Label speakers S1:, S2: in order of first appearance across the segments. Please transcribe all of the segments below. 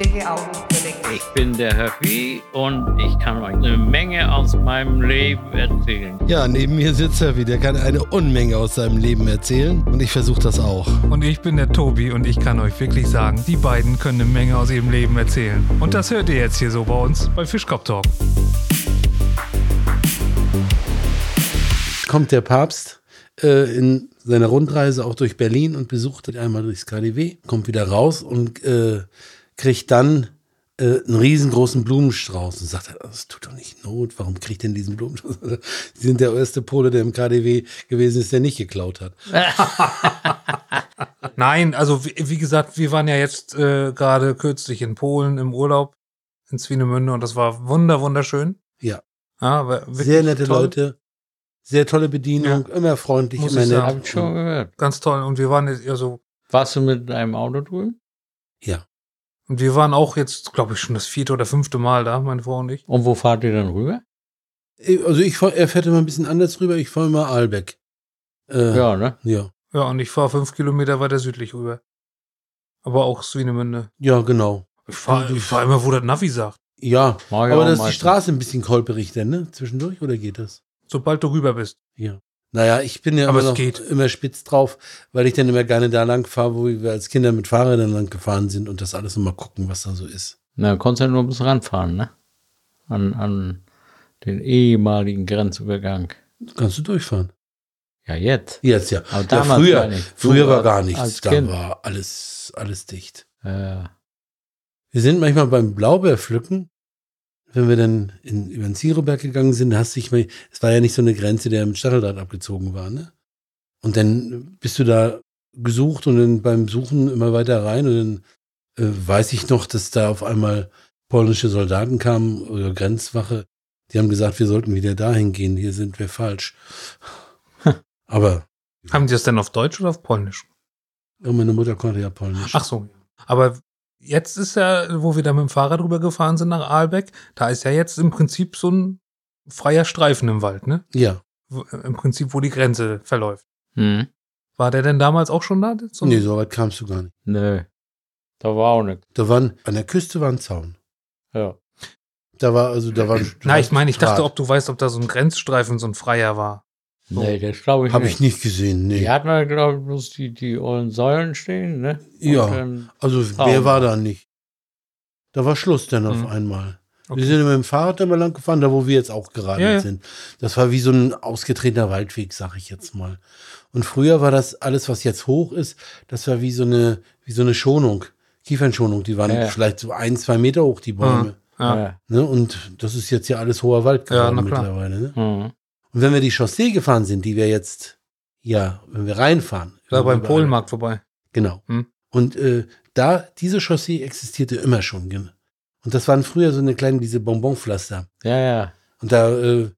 S1: Ich bin der Höfi und ich kann euch eine Menge aus meinem Leben erzählen.
S2: Ja, neben mir sitzt Höfi, der kann eine Unmenge aus seinem Leben erzählen und ich versuche das auch.
S3: Und ich bin der Tobi und ich kann euch wirklich sagen, die beiden können eine Menge aus ihrem Leben erzählen. Und das hört ihr jetzt hier so bei uns bei Fischkopf Talk.
S2: Kommt der Papst äh, in seiner Rundreise auch durch Berlin und besucht einmal durchs KDW, kommt wieder raus und äh, kriegt dann äh, einen riesengroßen Blumenstrauß und sagt, das tut doch nicht Not, warum kriegt denn diesen Blumenstrauß? Sie sind der erste Pole, der im KDW gewesen ist, der nicht geklaut hat.
S3: Nein, also wie, wie gesagt, wir waren ja jetzt äh, gerade kürzlich in Polen im Urlaub in Swinemünde und das war wunder wunderschön.
S2: Ja.
S3: Ja, war wirklich
S2: Sehr nette
S3: toll,
S2: Leute, sehr tolle Bedienung, immer freundlich,
S3: Muss
S2: immer
S3: ich
S2: nett.
S3: sagen.
S1: Hab ich schon gehört.
S3: Ganz toll. Und wir waren jetzt also, eher so,
S1: Warst du mit deinem Auto drüben?
S2: Ja.
S3: und wir waren auch jetzt, glaube ich, schon das vierte oder fünfte Mal da, meine Frau und ich.
S1: Und wo fahrt ihr dann rüber?
S2: Also ich fahr, er fährt immer ein bisschen anders rüber, ich fahre immer Albeck. Äh,
S1: Ja, ne?
S2: ja.
S3: Ja, und ich fahre fünf Kilometer weiter südlich rüber. Aber auch Swinemünde.
S2: Ja, genau.
S3: Ich fahre ich fahr immer, wo der Navi sagt.
S2: Ja,
S1: Mach ich
S2: aber
S1: auch
S2: das ist die
S1: meistens.
S2: Straße ein bisschen kolperig denn, ne? Zwischendurch oder geht das?
S3: Sobald du rüber bist.
S2: Ja. Naja, ich bin ja
S3: Aber
S2: immer,
S3: es
S2: noch
S3: geht.
S2: immer spitz drauf, weil ich dann immer gerne da lang fahre, wo wir als Kinder mit Fahrrädern lang gefahren sind und das alles nochmal gucken, was da so ist.
S1: Na, konntest ja nur ein bisschen ranfahren, ne? An, an den ehemaligen Grenzübergang.
S2: Kannst du durchfahren?
S1: Ja, jetzt.
S2: Jetzt ja.
S1: Aber
S2: ja
S1: damals
S2: früher,
S1: gar nicht.
S2: früher
S1: Du
S2: war gar
S1: als-
S2: nichts.
S1: als
S2: da
S1: Kind.
S2: war alles, alles dicht.
S1: Äh,
S2: Wir sind manchmal beim Blaubeerpflücken, wenn wir dann in, über den Zieroberg gegangen sind, hast dich mal, es war ja nicht so eine Grenze, der mit Stacheldraht abgezogen war, ne? Und dann bist du da gesucht und dann beim Suchen immer weiter rein und dann äh, weiß ich noch, dass da auf einmal polnische Soldaten kamen oder Grenzwache. Die haben gesagt, wir sollten wieder dahin gehen, hier sind wir falsch.
S3: Hm.
S2: Aber
S3: Haben die das denn auf Deutsch oder auf Polnisch?
S2: ja, meine Mutter konnte ja Polnisch.
S3: Ach so. Aber jetzt ist ja, wo wir da mit dem Fahrrad rüber gefahren sind nach Aalbeck, da ist ja jetzt im Prinzip so ein freier Streifen im Wald, ne?
S2: Ja,
S3: Wo- Im Prinzip, wo die Grenze verläuft.
S1: hm?
S3: War der denn damals auch schon da? So ein-
S2: nee, so weit kamst du gar nicht.
S1: Nö. Da war auch nichts.
S2: Da waren, an der Küste war ein Zaun.
S1: Ja.
S2: Da war also, da war.
S3: Na, ich meine, ich dachte, ob du weißt, ob da so ein Grenzstreifen, so ein freier war. So.
S1: Nee, das glaube ich
S2: Habe
S1: nicht.
S2: ich nicht gesehen, nee.
S1: Die hatten ja, glaube ich, bloß die, die ollen Säulen stehen, ne? Und
S2: Ja.
S1: dann-
S2: Also,
S1: Traum.
S2: wer war da nicht? Da war Schluss dann auf
S3: Oh. Mhm.
S2: einmal.
S3: Okay.
S2: Wir sind mit dem Fahrrad immer lang gefahren, da wo wir jetzt auch geradelt
S3: Ja, ja.
S2: sind. Das war wie so ein ausgetretener Waldweg, sag ich jetzt mal. Und früher war das alles, was jetzt hoch ist, das war wie so eine, wie so eine Schonung. Kiefernschonung, die waren
S1: Ja, ja.
S2: vielleicht so ein, zwei Meter hoch, die Bäume.
S3: Ja.
S1: ja.
S2: Ne? Und das ist jetzt ja alles hoher Wald
S3: Mhm. Ja,
S2: geworden
S3: na klar.
S2: mittlerweile. Ne?
S1: Hm.
S2: Und wenn wir die Chaussee gefahren sind, die wir jetzt, ja, wenn wir reinfahren.
S3: Da beim
S2: überall-
S3: Polenmarkt vorbei.
S2: Genau.
S3: Hm.
S2: Und äh, da, diese Chaussee existierte immer schon. gen- Und das waren früher so eine kleine, diese Bonbonpflaster.
S1: ja, ja.
S2: Und da, äh,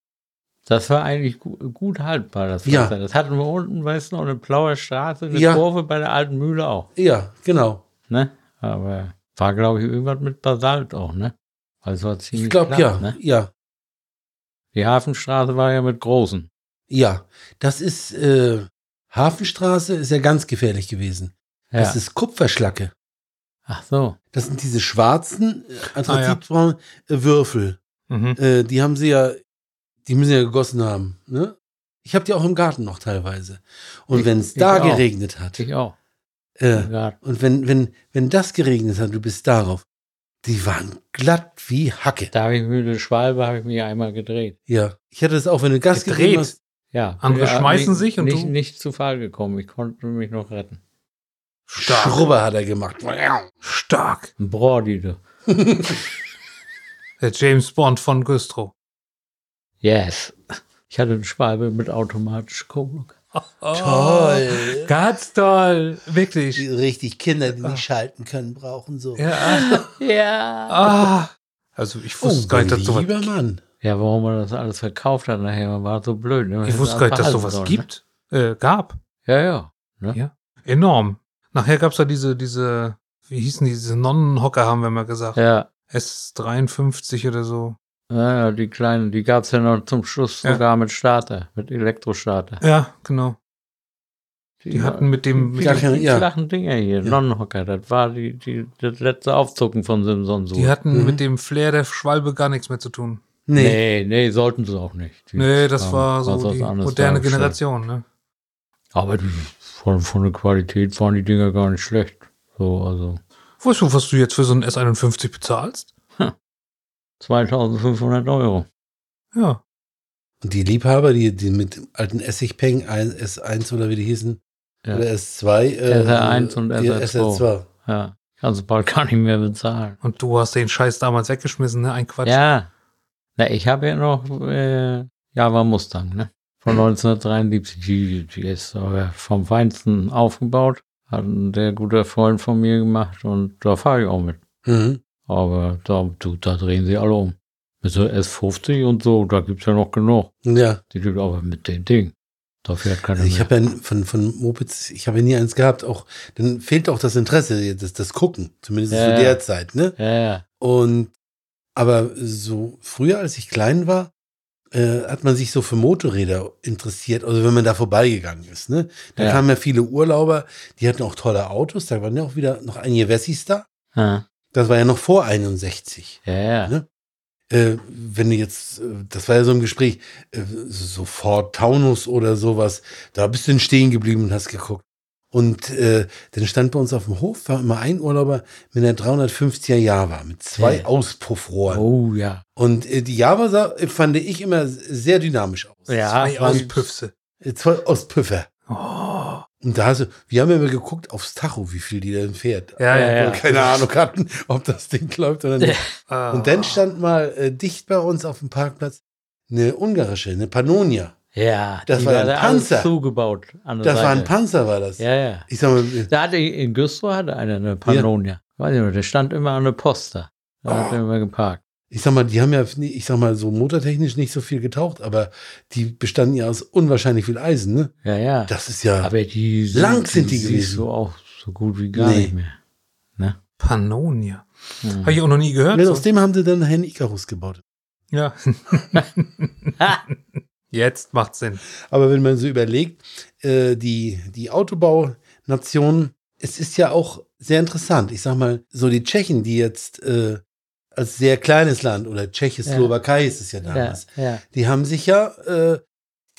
S1: Das war eigentlich gu gut haltbar, das
S2: Ja.
S1: Wasser. Das hatten wir unten, weißt du, noch eine blaue Straße, eine
S2: Ja.
S1: Kurve bei der alten Mühle auch,
S2: ja, genau.
S1: ne? Aber war, glaube ich, irgendwas mit Basalt auch, ne? Also war ziemlich
S2: Ich glaube,
S1: glatt,
S2: ja,
S1: Ne?
S2: ja,
S1: Die Hafenstraße war ja mit großen.
S2: ja. Das ist, äh, Hafenstraße ist ja ganz gefährlich gewesen.
S1: Ja.
S2: Das ist Kupferschlacke.
S1: Ach so.
S2: Das sind diese schwarzen,
S1: Ah,
S2: äh, anthrazitbraunen äh, Würfel.
S3: Mhm.
S2: Äh, die haben sie ja, die müssen ja gegossen haben, ne? Ich habe die auch im Garten noch teilweise. Und
S1: Ich-
S2: wenn es
S1: ich
S2: da
S1: auch.
S2: geregnet hat,
S1: Ich auch.
S2: äh,
S1: Ja.
S2: Und wenn, wenn, wenn das geregnet hat, du bist darauf, die waren glatt wie Hacke.
S1: Da habe ich mir eine Schwalbe, habe ich mich einmal gedreht.
S2: Ja. Ich hatte das auch, wenn du Gas
S3: Gedreht.
S2: gegeben hast.
S1: Ja.
S3: Andere
S1: ja,
S3: schmeißen
S1: nicht,
S3: sich und
S1: nicht,
S3: du-
S1: nicht zu Fall gekommen. Ich konnte mich noch retten.
S2: Schrubber hat er gemacht.
S1: Oh.
S3: Stark.
S1: Ein Brody, du.
S3: Der James Bond von Güstrow.
S1: Yes. Ich hatte eine Schwalbe mit automatisch Kupplung.
S3: Oh,
S2: Toll.
S3: Ganz toll. Wirklich.
S2: Die richtig Kinder,
S1: Ah.
S2: die nicht schalten können, brauchen so.
S3: Ja.
S1: Ja.
S3: Ah. Also ich wusste gar nicht, dass sowas
S2: Oh, lieber Mann.
S1: Ja, warum man das alles verkauft hat nachher, man war so blöd. ne? Man
S3: Ich
S1: hätte
S3: wusste
S1: es
S3: gar nicht, dass
S1: behalten
S3: sowas
S1: sollen,
S3: gibt. Äh, gab.
S1: Ne? Ja, ja.
S3: Enorm. Nachher gab's da diese, diese, wie hießen die, diese Nonnenhocker, haben wir mal gesagt.
S1: Ja,
S3: S53 oder so.
S1: ja, ja die kleinen, die gab's ja noch zum Schluss
S3: Ja.
S1: sogar mit Starter, mit Elektrostarter.
S3: Ja, genau. Die hatten mit dem, mit
S1: Gar
S2: Gar
S3: dem
S1: keine,
S2: keine-
S1: die
S2: ja.
S1: flachen Dinger hier, Nonnenhocker, das war die, die, das letzte Aufzucken von Simson so.
S3: die hatten
S2: Mhm.
S3: mit dem Flair der Schwalbe gar nichts mehr zu tun.
S2: Nee.
S1: nee. nee, sollten sie auch nicht. Die
S3: Nee, das
S1: haben
S3: war
S1: was
S3: so
S1: aus
S3: die
S1: anderes
S3: moderne
S1: dargestellt.
S3: Generation, ne?
S1: Aber die- von, von der Qualität waren die Dinger gar nicht schlecht. So, also
S3: Weißt du, was du jetzt für so einen S51 bezahlst?
S1: 2500 Euro.
S3: Ja.
S2: Und die Liebhaber, die, die mit dem alten Essigpeng ein- S1 oder wie die hießen,
S1: Ja.
S2: oder S2. Äh,
S1: SR1 und
S2: ja,
S1: SR2. Ja, kannst du bald gar nicht mehr bezahlen.
S3: Und du hast den Scheiß damals weggeschmissen, ne? Ein Quatsch.
S1: Ja. Na, ich habe ja noch äh, Java Mustang, ne? Von
S2: Mhm.
S1: 1973. Die, die ist äh, vom Feinsten aufgebaut. Hat ein sehr guter Freund von mir gemacht und da fahre ich auch mit.
S2: Mhm.
S1: Aber da, du, da drehen sie alle um. Mit so S50 und so, da gibt's ja noch genug.
S2: Ja,
S1: Die gibt aber mit dem Ding. Da fährt keiner
S2: also ich
S1: mehr.
S2: habe ja von, von Mopeds, ich habe ja nie eins gehabt. Auch dann fehlt auch das Interesse, das, das Gucken, zumindest
S1: Ja,
S2: zu
S1: ja.
S2: der Zeit, ne?
S1: Ja, ja.
S2: Und aber so früher, als ich klein war, äh, hat man sich so für Motorräder interessiert, also wenn man da vorbeigegangen ist. Ne? Da
S1: Ja.
S2: kamen ja viele Urlauber, die hatten auch tolle Autos, da waren ja auch wieder noch einige Wessis da.
S1: Ja,
S2: Das war ja noch vor 61.
S1: ja. ja.
S2: Ne? Äh, wenn du jetzt, äh, das war ja so im Gespräch, äh, so Ford Taunus oder sowas, da bist du dann stehen geblieben und hast geguckt. Und äh, dann stand bei uns auf dem Hof, war immer ein Urlauber mit einer 350er Java, mit zwei
S1: Ja.
S2: Auspuffrohren.
S1: Oh ja.
S2: Und äh, die Java sah, äh, fand ich immer sehr dynamisch aus.
S1: Ja,
S3: Ei
S2: waren-
S3: aus Püfse.
S2: Äh, Zwei Auspüffer.
S3: Oh.
S2: Und da hast du, wir haben ja immer geguckt aufs Tacho, wie viel die denn fährt.
S3: Ja, ja,
S1: Ja,
S3: ja.
S1: ja.
S2: Keine Ahnung hatten, ob das Ding läuft oder nicht.
S3: Ah.
S2: Und dann stand mal äh, dicht bei uns auf dem Parkplatz eine ungarische, eine Pannonia.
S1: Ja,
S2: Das
S1: die
S2: war ja ein
S1: da alles
S2: Panzer.
S1: zugebaut an der
S2: Das war ein
S1: Seite.
S2: Panzer, war das.
S1: Ja, ja.
S2: Ich sag mal, äh,
S1: Da hatte ich, in Güstrow hatte einer eine Pannonia. Weiß ich noch, der stand immer an der Poster. Da hat
S2: Oh.
S1: er immer geparkt.
S2: ich sag mal, die haben ja, nie- ich sag mal, so motortechnisch nicht so viel getaucht, aber die bestanden ja aus unwahrscheinlich viel Eisen, ne?
S1: Ja, ja.
S2: Das ist ja.
S1: Aber die
S2: Lang sind die gewesen.
S1: so auch so gut wie gar
S2: Nee.
S1: nicht mehr.
S3: Pannonia.
S1: Hm.
S3: Habe ich auch noch nie gehört.
S2: Ja,
S3: so.
S2: ne, aus dem haben sie dann Herrn Icarus gebaut.
S3: Ja. Jetzt macht Sinn.
S2: Aber wenn man so überlegt, äh, die, die Autobaunation, es ist ja auch sehr interessant. Ich sag mal, so die Tschechen, die jetzt äh, als sehr kleines Land oder Tschechoslowakei ist es ja
S1: Ja,
S2: damals,
S1: ja,
S2: die haben sich ja, äh,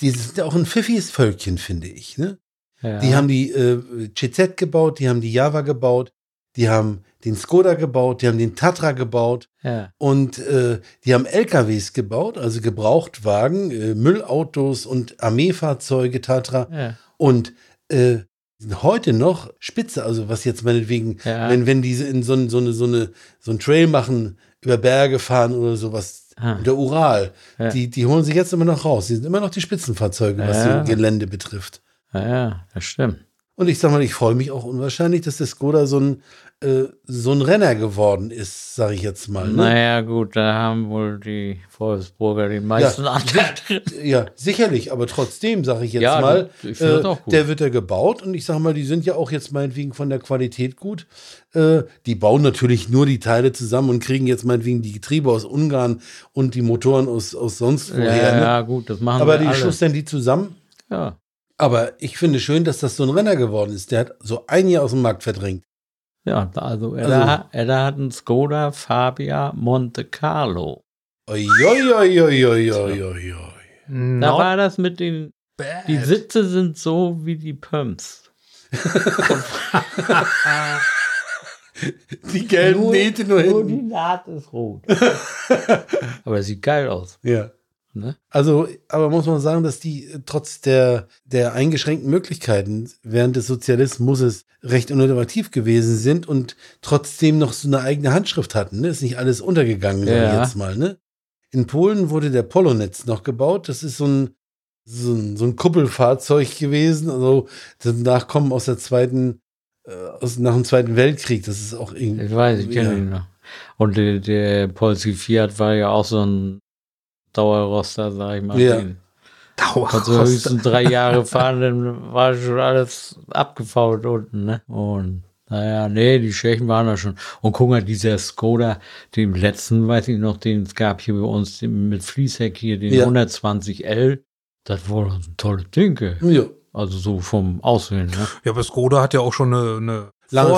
S2: die sind ja auch ein pfiffiges Völkchen, finde ich. Ne?
S1: ja.
S2: Die haben die äh, GZ gebaut, die haben die Java gebaut, die haben den Skoda gebaut, die haben den Tatra gebaut.
S1: ja.
S2: Und äh, die haben LKWs gebaut, also Gebrauchtwagen, äh, Müllautos und Armeefahrzeuge, Tatra.
S1: Ja,
S2: Und äh, sind heute noch spitze, also was jetzt meinetwegen,
S1: Ja.
S2: wenn, wenn diese in so, ein- so, eine, so, eine, so einen Trail machen, über Berge fahren oder sowas,
S1: Ah.
S2: der Ural,
S1: Ja.
S2: die, die holen sich jetzt immer noch raus. Die sind immer noch die Spitzenfahrzeuge, was
S1: Ja.
S2: so Gelände betrifft.
S1: ja, ja, das stimmt.
S2: Und ich sag mal, ich freue mich auch unwahrscheinlich, dass der Skoda so ein, äh, so ein Renner geworden ist, sage ich jetzt mal. Ne?
S1: Naja, gut, da haben wohl die Wolfsburger den meisten Anteil drin.
S2: Ja, sicherlich, aber trotzdem sage ich jetzt
S1: Ja,
S2: mal, äh,
S1: ich finde das auch gut.
S2: der wird ja gebaut und ich sage mal, die sind ja auch jetzt meinetwegen von der Qualität gut. Äh, die bauen natürlich nur die Teile zusammen und kriegen jetzt meinetwegen die Getriebe aus Ungarn und die Motoren aus, aus sonst
S1: Ja,
S2: woher. ne?
S1: ja, gut, das machen
S2: aber
S1: wir
S2: die
S1: alle.
S2: schustern die zusammen.
S1: ja.
S2: Aber ich finde schön, dass das so ein Renner geworden ist. Der hat so ein Jahr aus dem Markt verdrängt.
S1: Ja, also Edda, Edda hat einen Skoda Fabia Monte Carlo.
S2: Oi, oi, oi, oi, oi, oi, oi, oi.
S1: Da
S3: Not
S1: war das mit den,
S3: bad.
S1: die Sitze sind so wie die Pumps.
S2: Äh, Die gelben Nähte nur
S1: Nur
S2: hinten.
S1: die Naht ist rot. Aber sieht geil aus.
S2: Ja.
S1: Ne?
S2: Also, aber muss man sagen, dass die äh, trotz der, der eingeschränkten Möglichkeiten während des Sozialismus recht innovativ gewesen sind und trotzdem noch so eine eigene Handschrift hatten. Ne? Ist nicht alles untergegangen, sag ich
S1: Ja.
S2: jetzt mal. Ne? In Polen wurde der Polonetz noch gebaut. Das ist so ein, so ein, so ein Kuppelfahrzeug gewesen. Also danach kommen aus der zweiten, äh, aus, nach dem Zweiten Weltkrieg. Das ist auch irgendwie.
S1: Ich weiß, ich kenne
S2: Ja.
S1: ihn noch. Und der, der Polski Fiat war ja auch so ein Dauerroster, sag ich mal.
S2: Ja.
S1: Den Konnte so
S3: Dauerrost.
S1: höchstens drei Jahre fahren, dann war schon alles abgefault unten. Ne? Und naja, nee, die Tschechen waren da schon. Und guck mal, dieser Skoda, den letzten, weiß ich noch, den es gab hier bei uns den, mit Fließheck hier, den
S2: Ja.
S1: 120L, das war doch ein tolles Ding. ey.
S2: Ja,
S1: Also so vom Aussehen. Ne?
S3: Ja, aber Skoda hat ja auch schon eine, eine
S2: Lange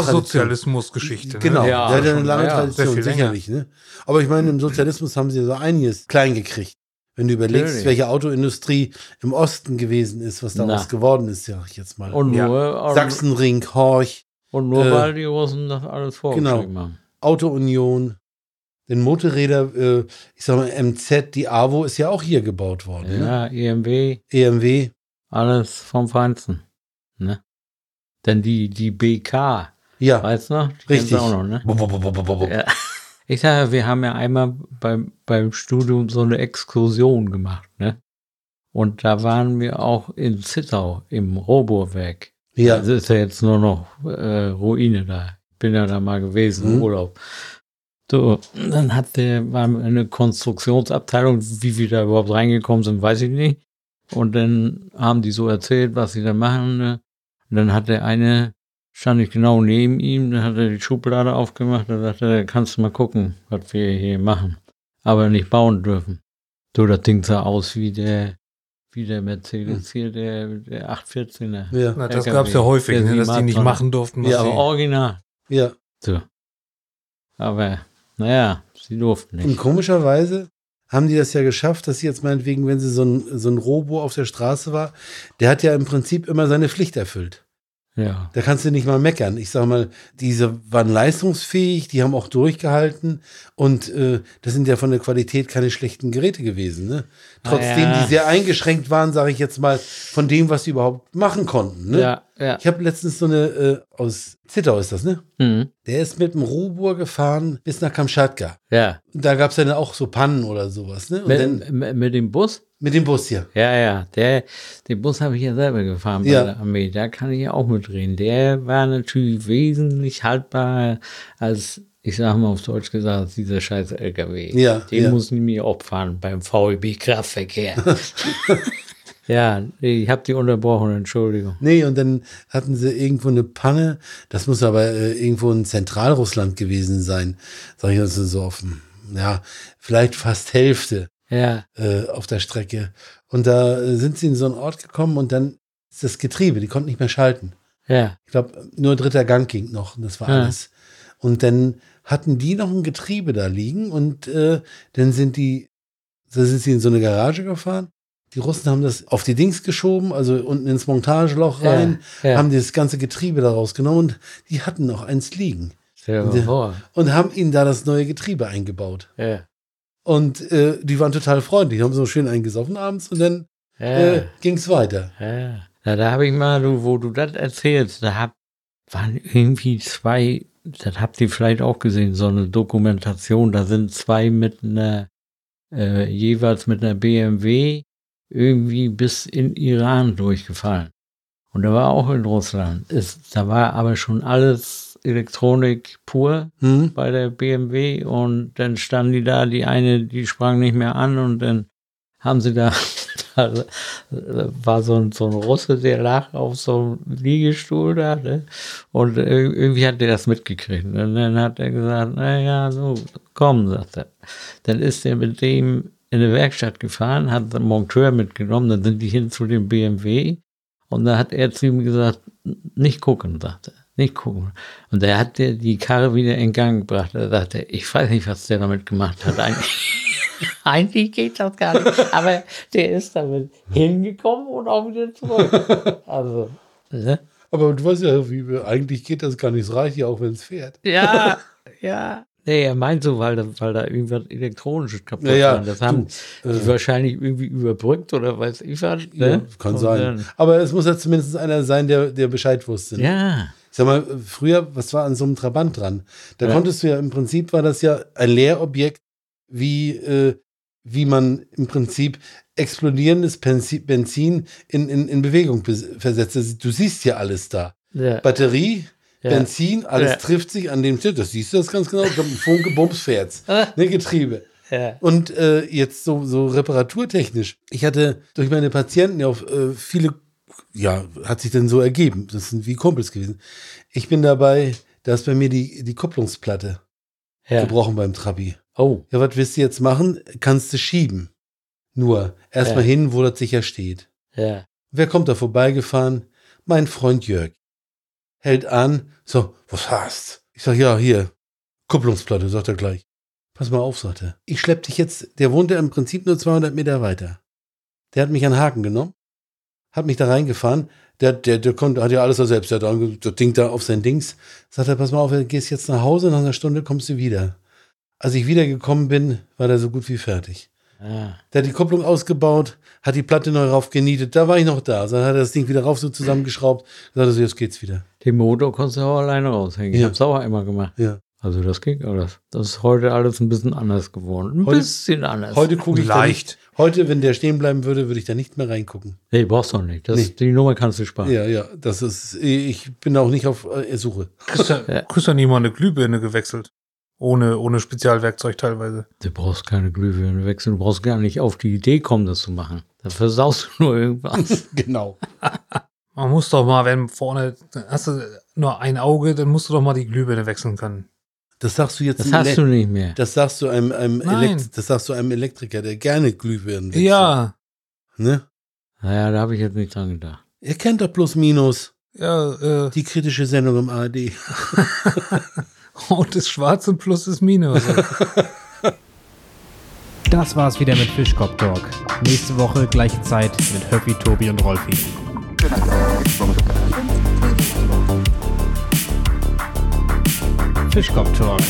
S3: Vorsozialismusgeschichte.
S2: Genau,
S3: Ne?
S1: Ja,
S2: der hat ja eine
S1: schon,
S2: lange
S1: ja,
S3: sehr
S2: Tradition,
S3: viel länger.
S2: sicherlich. Ne? Aber ich meine, im Sozialismus haben sie so einiges klein gekriegt. Wenn du überlegst,
S1: Natürlich.
S2: welche Autoindustrie im Osten gewesen ist, was daraus
S1: Na.
S2: geworden ist, sag ich jetzt mal.
S1: Und
S3: Ja.
S1: nur,
S2: Sachsenring, Horch,
S1: und nur
S2: äh, genau.
S1: weil die Russen das alles vorgeschrieben haben.
S2: Autounion, den Motorräder, äh, ich sag mal MZ, die AWO ist ja auch hier gebaut worden. Ne?
S1: Ja, EMW,
S2: EMW,
S1: alles vom Feinsten. Ne? Denn die, die BK,
S2: ja.
S1: weißt du noch? Die kennst du
S2: Richtig.
S1: Auch noch, ne?
S2: Bo- bo- bo- bo- bo- bo- bo.
S1: Ja. Ich sage, wir haben ja einmal beim, beim Studium so eine Exkursion gemacht, ne? Und da waren wir auch in Zittau im Robowerk.
S2: Ja.
S1: Also ist ja jetzt nur noch äh, Ruine da. Bin ja da mal gewesen im
S2: Mhm.
S1: Urlaub. So, dann hat der, war eine Konstruktionsabteilung, wie wir da überhaupt reingekommen sind, weiß ich nicht. Und dann haben die so erzählt, was sie da machen. Ne? Und dann hat der eine, stand ich genau neben ihm, dann hat er die Schublade aufgemacht, dann sagte er, kannst du mal gucken, was wir hier machen. Aber nicht bauen dürfen. So, das Ding sah aus wie der, wie der Mercedes hier,
S2: Hm.
S1: der, der 814er.
S2: Ja.
S3: Na, das
S1: LKW.
S3: gab's ja häufig,
S1: Der
S3: ne, dass die nicht
S1: Siemat-
S3: machen durften. was
S1: Ja,
S3: sie-
S1: aber original.
S2: ja.
S1: Aber, naja, sie durften
S2: Und
S1: nicht.
S2: komischerweise haben die das ja geschafft, dass sie jetzt meinetwegen, wenn sie so ein, so ein Robo auf der Straße war, der hat ja im Prinzip immer seine Pflicht erfüllt.
S1: Ja.
S2: Da kannst du nicht mal meckern. Ich sag mal, diese waren leistungsfähig, die haben auch durchgehalten und äh, das sind ja von der Qualität keine schlechten Geräte gewesen. Ne? Trotzdem,
S1: Ah, ja.
S2: die sehr eingeschränkt waren, sage ich jetzt mal, von dem, was sie überhaupt machen konnten. Ne?
S1: Ja, ja.
S2: Ich habe letztens so eine äh, aus Zittau ist das, ne?
S1: Mhm.
S2: Der ist mit dem Robur gefahren bis nach Kamtschatka.
S1: Ja.
S2: Da gab es dann auch so Pannen oder sowas, ne? Und dann
S1: Mit, mit, mit dem Bus?
S2: mit dem Bus hier.
S1: Ja, ja, der, den Bus habe ich ja selber gefahren bei
S2: Ja.
S1: der Armee. Da kann ich ja auch mitreden. Der war natürlich wesentlich haltbarer als, ich sag mal auf Deutsch gesagt, dieser scheiß LKW.
S2: Ja,
S1: Den
S2: ja.
S1: muss ich mir opfern beim VEB Kraftverkehr. ja, ich habe die unterbrochen, Entschuldigung.
S2: Nee, und dann hatten sie irgendwo eine Panne. Das muss aber äh, irgendwo in Zentralrussland gewesen sein. Sag ich jetzt so offen. Ja, vielleicht fast Hälfte
S1: Ja,
S2: äh, auf der Strecke. Und da äh, sind sie in so einen Ort gekommen und dann ist das Getriebe, die konnten nicht mehr schalten.
S1: ja,
S2: Ich glaube, nur dritter Gang ging noch und das war
S1: Ja.
S2: alles. Und dann hatten die noch ein Getriebe da liegen und äh, dann sind die, da sind sie in so eine Garage gefahren. Die Russen haben das auf die Dings geschoben, also unten ins Montageloch rein,
S1: ja, ja.
S2: haben das ganze Getriebe da rausgenommen und die hatten noch eins liegen
S1: Stell dir mal vor.
S2: und haben ihnen da das neue Getriebe eingebaut.
S1: Ja,
S2: Und äh, die waren total freundlich, haben so schön eingesoffen abends und dann
S1: ja.
S2: äh, ging es weiter.
S1: Ja, na, da habe ich mal, du, wo du das erzählst, da hab, waren irgendwie zwei, das habt ihr vielleicht auch gesehen, so eine Dokumentation, da sind zwei mit einer, äh, jeweils mit einer BMW irgendwie bis in Iran durchgefallen. Und da war auch in Russland. Ist, da war aber schon alles Elektronik pur
S2: Hm?
S1: bei der BMW und dann standen die da, die eine, die sprang nicht mehr an und dann haben sie da, da war so ein, so ein Russe, der lag auf so einem Liegestuhl da, ne? Und ir- irgendwie hat der das mitgekriegt. ne? Und dann hat er gesagt, naja, so, komm, sagt er. Dann ist er mit dem in eine Werkstatt gefahren, hat den Monteur mitgenommen, dann sind die hin zu dem BMW und da hat er zu ihm gesagt, nicht gucken, sagte er. Nicht gucken. Und er hat der die Karre wieder in Gang gebracht. Er sagte, ich weiß nicht, was der damit gemacht hat. Eigentlich, eigentlich geht das gar nicht. Aber der ist damit hingekommen und auch wieder zurück. Also, ne?
S2: Aber du weißt ja, wie, wir- eigentlich geht das gar nicht, es reicht ja auch, wenn es fährt.
S1: Ja, ja. Nee, er meint so, weil da, weil da irgendwas elektronisches kaputt
S2: Ja, ja,
S1: war. Das haben
S2: du,
S1: die
S2: äh,
S1: wahrscheinlich irgendwie überbrückt oder weiß ich was. Ne?
S2: Ja, kann
S1: Und
S2: sein.
S1: dann-
S2: Aber es muss ja zumindest einer sein, der, der Bescheid wusste. ne?
S1: Ja,
S2: Ich sag mal, früher, was war an so einem Trabant dran? Da
S1: Ja.
S2: konntest du ja im Prinzip, war das ja ein Lehrobjekt, wie, äh, wie man im Prinzip explodierendes Pensi- Benzin in, in, in Bewegung bes- versetzt. Also Du siehst ja alles da.
S1: ja,
S2: Batterie,
S1: ja.
S2: Benzin, alles
S1: Ja.
S2: trifft sich an dem Schild. Das siehst du das ganz genau. Funke, Bums, fährt's. Ne, Getriebe.
S1: Ah, ja.
S2: Und äh, jetzt so, so reparaturtechnisch. Ich hatte durch meine Patienten ja auch äh, viele, ja, hat sich denn so ergeben. Das sind wie Kumpels gewesen. Ich bin dabei, da ist bei mir die, die Kupplungsplatte
S1: ja.
S2: gebrochen beim Trabi.
S1: Oh,
S2: Ja, was willst du jetzt machen? Kannst du schieben. Nur erstmal
S1: Ja.
S2: hin, wo das sicher steht.
S1: ja.
S2: Wer kommt da vorbeigefahren? Mein Freund Jörg. Hält an, so, was hast? Ich sag, ja, hier, Kupplungsplatte, sagt er gleich. Pass mal auf, sagt er. Ich schlepp dich jetzt, der wohnte im Prinzip nur 200 Meter weiter. Der hat mich an den Haken genommen, hat mich da reingefahren. Der, der, der konnte, hat ja alles da selbst, der hat ange- das Ding da auf sein Dings. Sagt er, pass mal auf, du gehst jetzt nach Hause, nach einer Stunde kommst du wieder. Als ich wiedergekommen bin, war der so gut wie fertig.
S1: Ah,
S2: Der hat die Kupplung ausgebaut, hat die Platte neu raufgenietet. Da war ich noch da. Also Dann hat er das Ding wieder rauf so zusammengeschraubt. Dann hat er so, jetzt geht's wieder.
S1: den Motor konntest du auch alleine raushängen. Ich
S2: Ja.
S1: hab's auch immer gemacht.
S2: Ja.
S1: Also das ging alles. Das ist heute alles ein bisschen anders geworden. Ein
S2: Heute-
S1: bisschen anders.
S2: Heute gucke ich da
S3: Leicht.
S2: nicht- Heute, wenn der stehen bleiben würde, würde ich da nicht mehr reingucken.
S1: Nee, brauchst du auch nicht. Das,
S2: Nee.
S1: Die Nummer kannst du sparen.
S2: Ja, ja, das ist, ich bin auch nicht auf äh, Suche.
S3: Kriegst du
S1: Ja.
S3: kriegst du nicht mal eine Glühbirne gewechselt. Ohne, ohne Spezialwerkzeug teilweise.
S1: Du brauchst keine Glühbirne wechseln. Du brauchst gar nicht auf die Idee kommen, das zu machen. Da versaust du nur irgendwas.
S2: Genau.
S3: Man muss doch mal, wenn vorne, hast du nur ein Auge, dann musst du doch mal die Glühbirne wechseln können.
S2: Das sagst du jetzt.
S1: Das hast du nicht mehr.
S2: Das sagst du einem, einem,
S3: Nein.
S2: Elekt das sagst du einem Elektriker, der gerne Glühbirnen wechselt.
S3: Ja,
S2: Ne?
S1: Naja, da habe ich jetzt nicht dran gedacht.
S2: Ihr kennt doch plus minus
S3: ja, äh,
S2: die kritische Sendung im ARD.
S3: Rot ist schwarz und plus ist Minus.
S4: Das war's wieder mit Fischkopf Talk. Nächste Woche gleiche Zeit mit Höppi, Tobi und Rolfi. Fischkopf Talk.